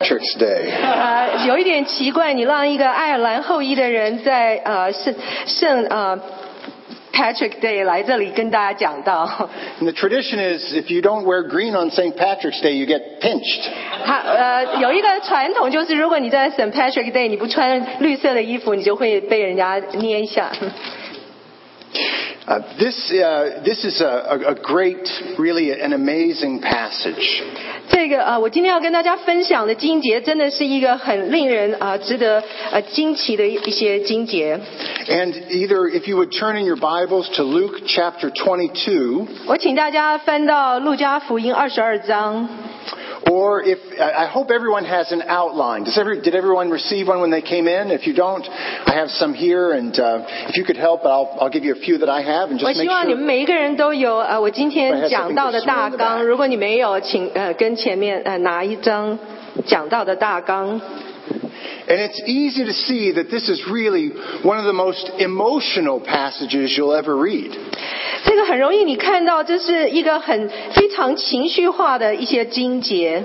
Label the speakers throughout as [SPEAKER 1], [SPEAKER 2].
[SPEAKER 1] Patrick's Day.
[SPEAKER 2] 呃，有一点奇怪，你让一个爱尔兰后裔的人在呃圣圣呃 Patrick Day 来这里跟大家讲到，
[SPEAKER 1] And the tradition is if you don't wear green on St. Patrick's Day, you get pinched.
[SPEAKER 2] 他呃有一个传统就是，如果你在 St Patrick Day 你不穿绿色的衣服，你就会被人家捏一下。
[SPEAKER 1] Uh, this, uh, this is a, a, a great, really an amazing passage.
[SPEAKER 2] 这个呃，我今天要跟大家分享的经节，真的是一个很令人啊、呃值得呃惊奇的一一些经节。
[SPEAKER 1] And either if you would turn in your Bibles to Luke chapter 22,
[SPEAKER 2] 我请大家翻到路加福音二十二章。
[SPEAKER 1] or if I I hope everyone has an outline. Does every, did everyone receive one when they came in? If you don't, I have some here, and uh, if you could help, I'll, I'll give you a few that I have, and
[SPEAKER 2] 我
[SPEAKER 1] just
[SPEAKER 2] 希
[SPEAKER 1] make
[SPEAKER 2] 望你
[SPEAKER 1] sure.
[SPEAKER 2] 们每一个人都有呃我今天
[SPEAKER 1] Perhaps
[SPEAKER 2] 讲到的
[SPEAKER 1] I think there's
[SPEAKER 2] 大
[SPEAKER 1] someone in the back.
[SPEAKER 2] 纲。如果你没有，请呃跟前面呃拿一张讲到的大纲。
[SPEAKER 1] And it's easy to see that this is really one of the most emotional passages you'll ever read.
[SPEAKER 2] 这个很容易，你看到这是一个很非常情绪化的一些经节。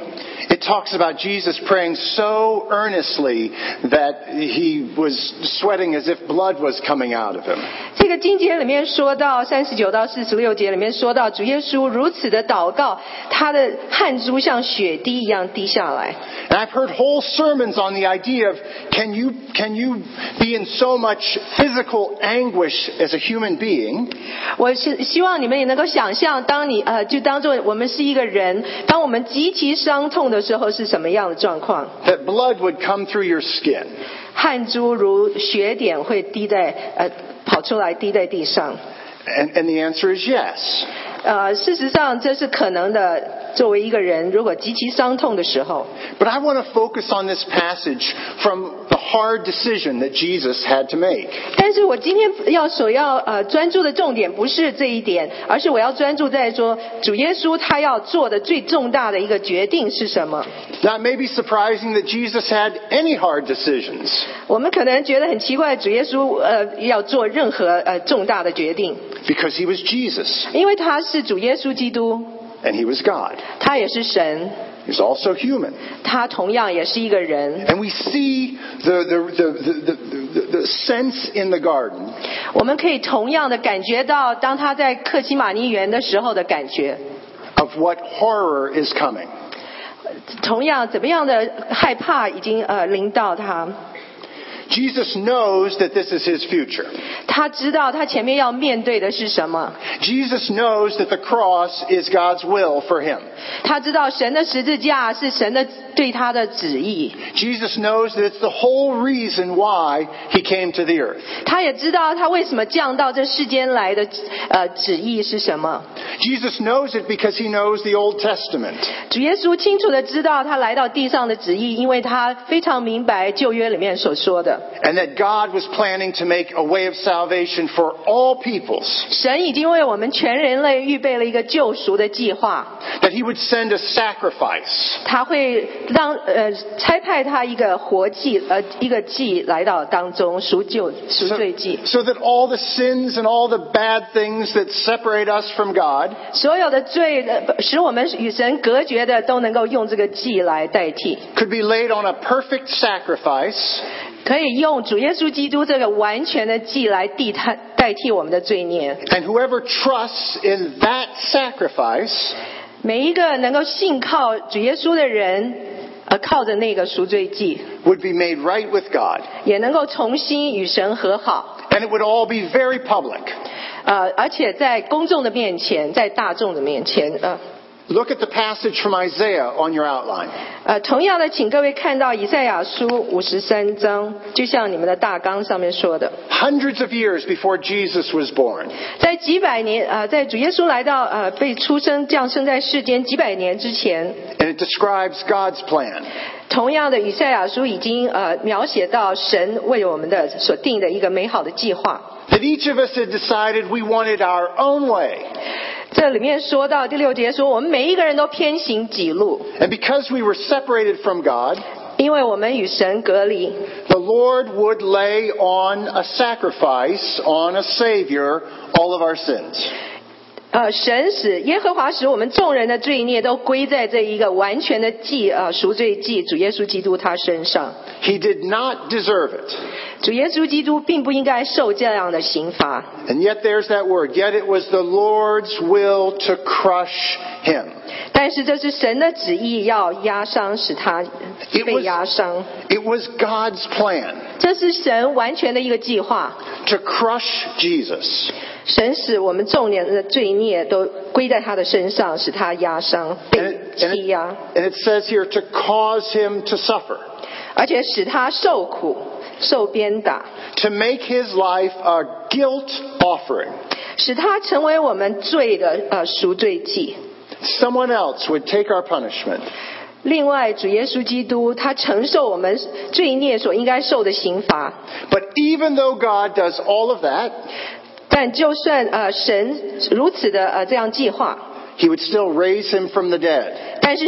[SPEAKER 1] It talks about Jesus praying so earnestly that he was sweating as if blood was coming out of him.
[SPEAKER 2] 这个经节里面说到三十九到四十六节里面说到主耶稣如此的祷告，他的汗珠像血滴一样滴下来。
[SPEAKER 1] And I've heard whole sermons on the idea of can you, can you be in so much physical anguish as a human being
[SPEAKER 2] 我是希望你们也能够想象，当你呃就当做我们是一个人，当我们极其伤痛的时候是什么样的状况？
[SPEAKER 1] that blood would come through your skin?
[SPEAKER 2] 汗珠如血点会滴在呃跑出来滴在地上。
[SPEAKER 1] And, and the answer is yes.
[SPEAKER 2] 呃，事实上这是可能的。作为一个人，如果极其伤痛的时候，
[SPEAKER 1] But I want to focus on this passage from the hard decision that Jesus had to make.
[SPEAKER 2] 但是我今天要所要呃专注的重点不是这一点，而是我要专注在说主耶稣他要做的最重大的一个决定是什么。
[SPEAKER 1] Now, it may be surprising that Jesus had any hard decisions,
[SPEAKER 2] 我们可能觉得很奇怪，主耶稣呃要做任何呃重大的决定，
[SPEAKER 1] because he was Jesus
[SPEAKER 2] 因为他是主耶稣基督，
[SPEAKER 1] and he was God.
[SPEAKER 2] 他也是神，
[SPEAKER 1] He was also human.
[SPEAKER 2] 他同样也是一个人。
[SPEAKER 1] And we see the, the, the, the, the, the, the sense in the garden
[SPEAKER 2] 我们可以同样的感觉到，当他在克西马尼园的时候的感觉，
[SPEAKER 1] of what horror is coming.
[SPEAKER 2] 同样怎么样的害怕已经呃临到他。
[SPEAKER 1] Jesus knows that this is his future.
[SPEAKER 2] 他知道他前面要面对的是什么，
[SPEAKER 1] Jesus knows that the cross is God's will for him.
[SPEAKER 2] 他知道神的十字架是神的对他的旨意，
[SPEAKER 1] Jesus knows that it's the whole reason why he came to the earth.
[SPEAKER 2] 他也知道他为什么降到这世间来的呃旨意是什么。
[SPEAKER 1] Jesus knows it because he knows the Old Testament.
[SPEAKER 2] 主耶稣清楚的知道他来到地上的旨意，因为他非常明白旧约里面所说的，
[SPEAKER 1] and that God was planning to make a way of salvation for all peoples,
[SPEAKER 2] 神已经为我们全人类预备了一个救赎的计划，
[SPEAKER 1] that He would send a sacrifice,
[SPEAKER 2] 他会让呃差派他一个活祭呃一个祭来到当中赎救赎
[SPEAKER 1] so,
[SPEAKER 2] 罪祭，
[SPEAKER 1] so that all the sins and all the bad things that separate us from God
[SPEAKER 2] 所有的罪呃使我们与神隔绝的都能够用这个祭来代替，
[SPEAKER 1] could be laid on a perfect sacrifice
[SPEAKER 2] 可以用主耶稣基督这个完全的祭来替他代替我们的罪孽。
[SPEAKER 1] and whoever trusts in that sacrifice
[SPEAKER 2] 每一个能够信靠主耶稣的人，呃，靠着那个赎罪祭，
[SPEAKER 1] would be made right with God.
[SPEAKER 2] 也能够重新与神和好，
[SPEAKER 1] And it would all be very public.
[SPEAKER 2] 呃，而且在公众的面前，在大众的面前，呃，
[SPEAKER 1] Look at the passage from Isaiah on your outline.
[SPEAKER 2] 呃，同样的，请各位看到以赛亚书五十三章，就像你们的大纲上面说的，
[SPEAKER 1] Hundreds of years before Jesus was born,
[SPEAKER 2] 在几百年，呃，在主耶稣来到，呃，被出生降生在世间几百年之前，
[SPEAKER 1] and it describes God's plan.
[SPEAKER 2] 同样的，以赛亚书已经呃描写到神为我们的所定的一个美好的计划。
[SPEAKER 1] that each of us had decided we wanted our own way.
[SPEAKER 2] 这里面说到第六节说，我们每一个人都偏行己路，
[SPEAKER 1] And because we were separated from God,
[SPEAKER 2] 因为我们与神隔离。
[SPEAKER 1] the Lord would lay on a sacrifice, on a Savior, all of our sins.
[SPEAKER 2] 呃，神使耶和华使我们众人的罪孽都归在这一个完全的祭啊、呃、赎罪祭主耶稣基督他身上。
[SPEAKER 1] He did not deserve it.
[SPEAKER 2] 主耶稣基督并不应该受这样的刑罚，
[SPEAKER 1] And yet there's that word. Yet it was the Lord's will to crush him.
[SPEAKER 2] 但是这是神的旨意，要压伤使他
[SPEAKER 1] It
[SPEAKER 2] 被
[SPEAKER 1] was,
[SPEAKER 2] 压伤。
[SPEAKER 1] it was God's plan
[SPEAKER 2] 这是神完全的一个计划，
[SPEAKER 1] to crush Jesus.
[SPEAKER 2] 神使我们众人的罪孽都归在他的身上，使他压伤、被
[SPEAKER 1] And it, and,
[SPEAKER 2] 欺
[SPEAKER 1] it,
[SPEAKER 2] 压，
[SPEAKER 1] and it says here to cause him to suffer,
[SPEAKER 2] 而且使他受苦、受鞭打，
[SPEAKER 1] to make his life a guilt offering.
[SPEAKER 2] 使他成为我们罪的呃赎罪祭。
[SPEAKER 1] Someone else would take our punishment.
[SPEAKER 2] 另外，主耶稣基督他承受我们罪孽所应该受的刑罚，
[SPEAKER 1] But even though God does all of that,
[SPEAKER 2] 但就算呃神如此的呃这样计划，
[SPEAKER 1] he would still raise him from the dead.
[SPEAKER 2] 但是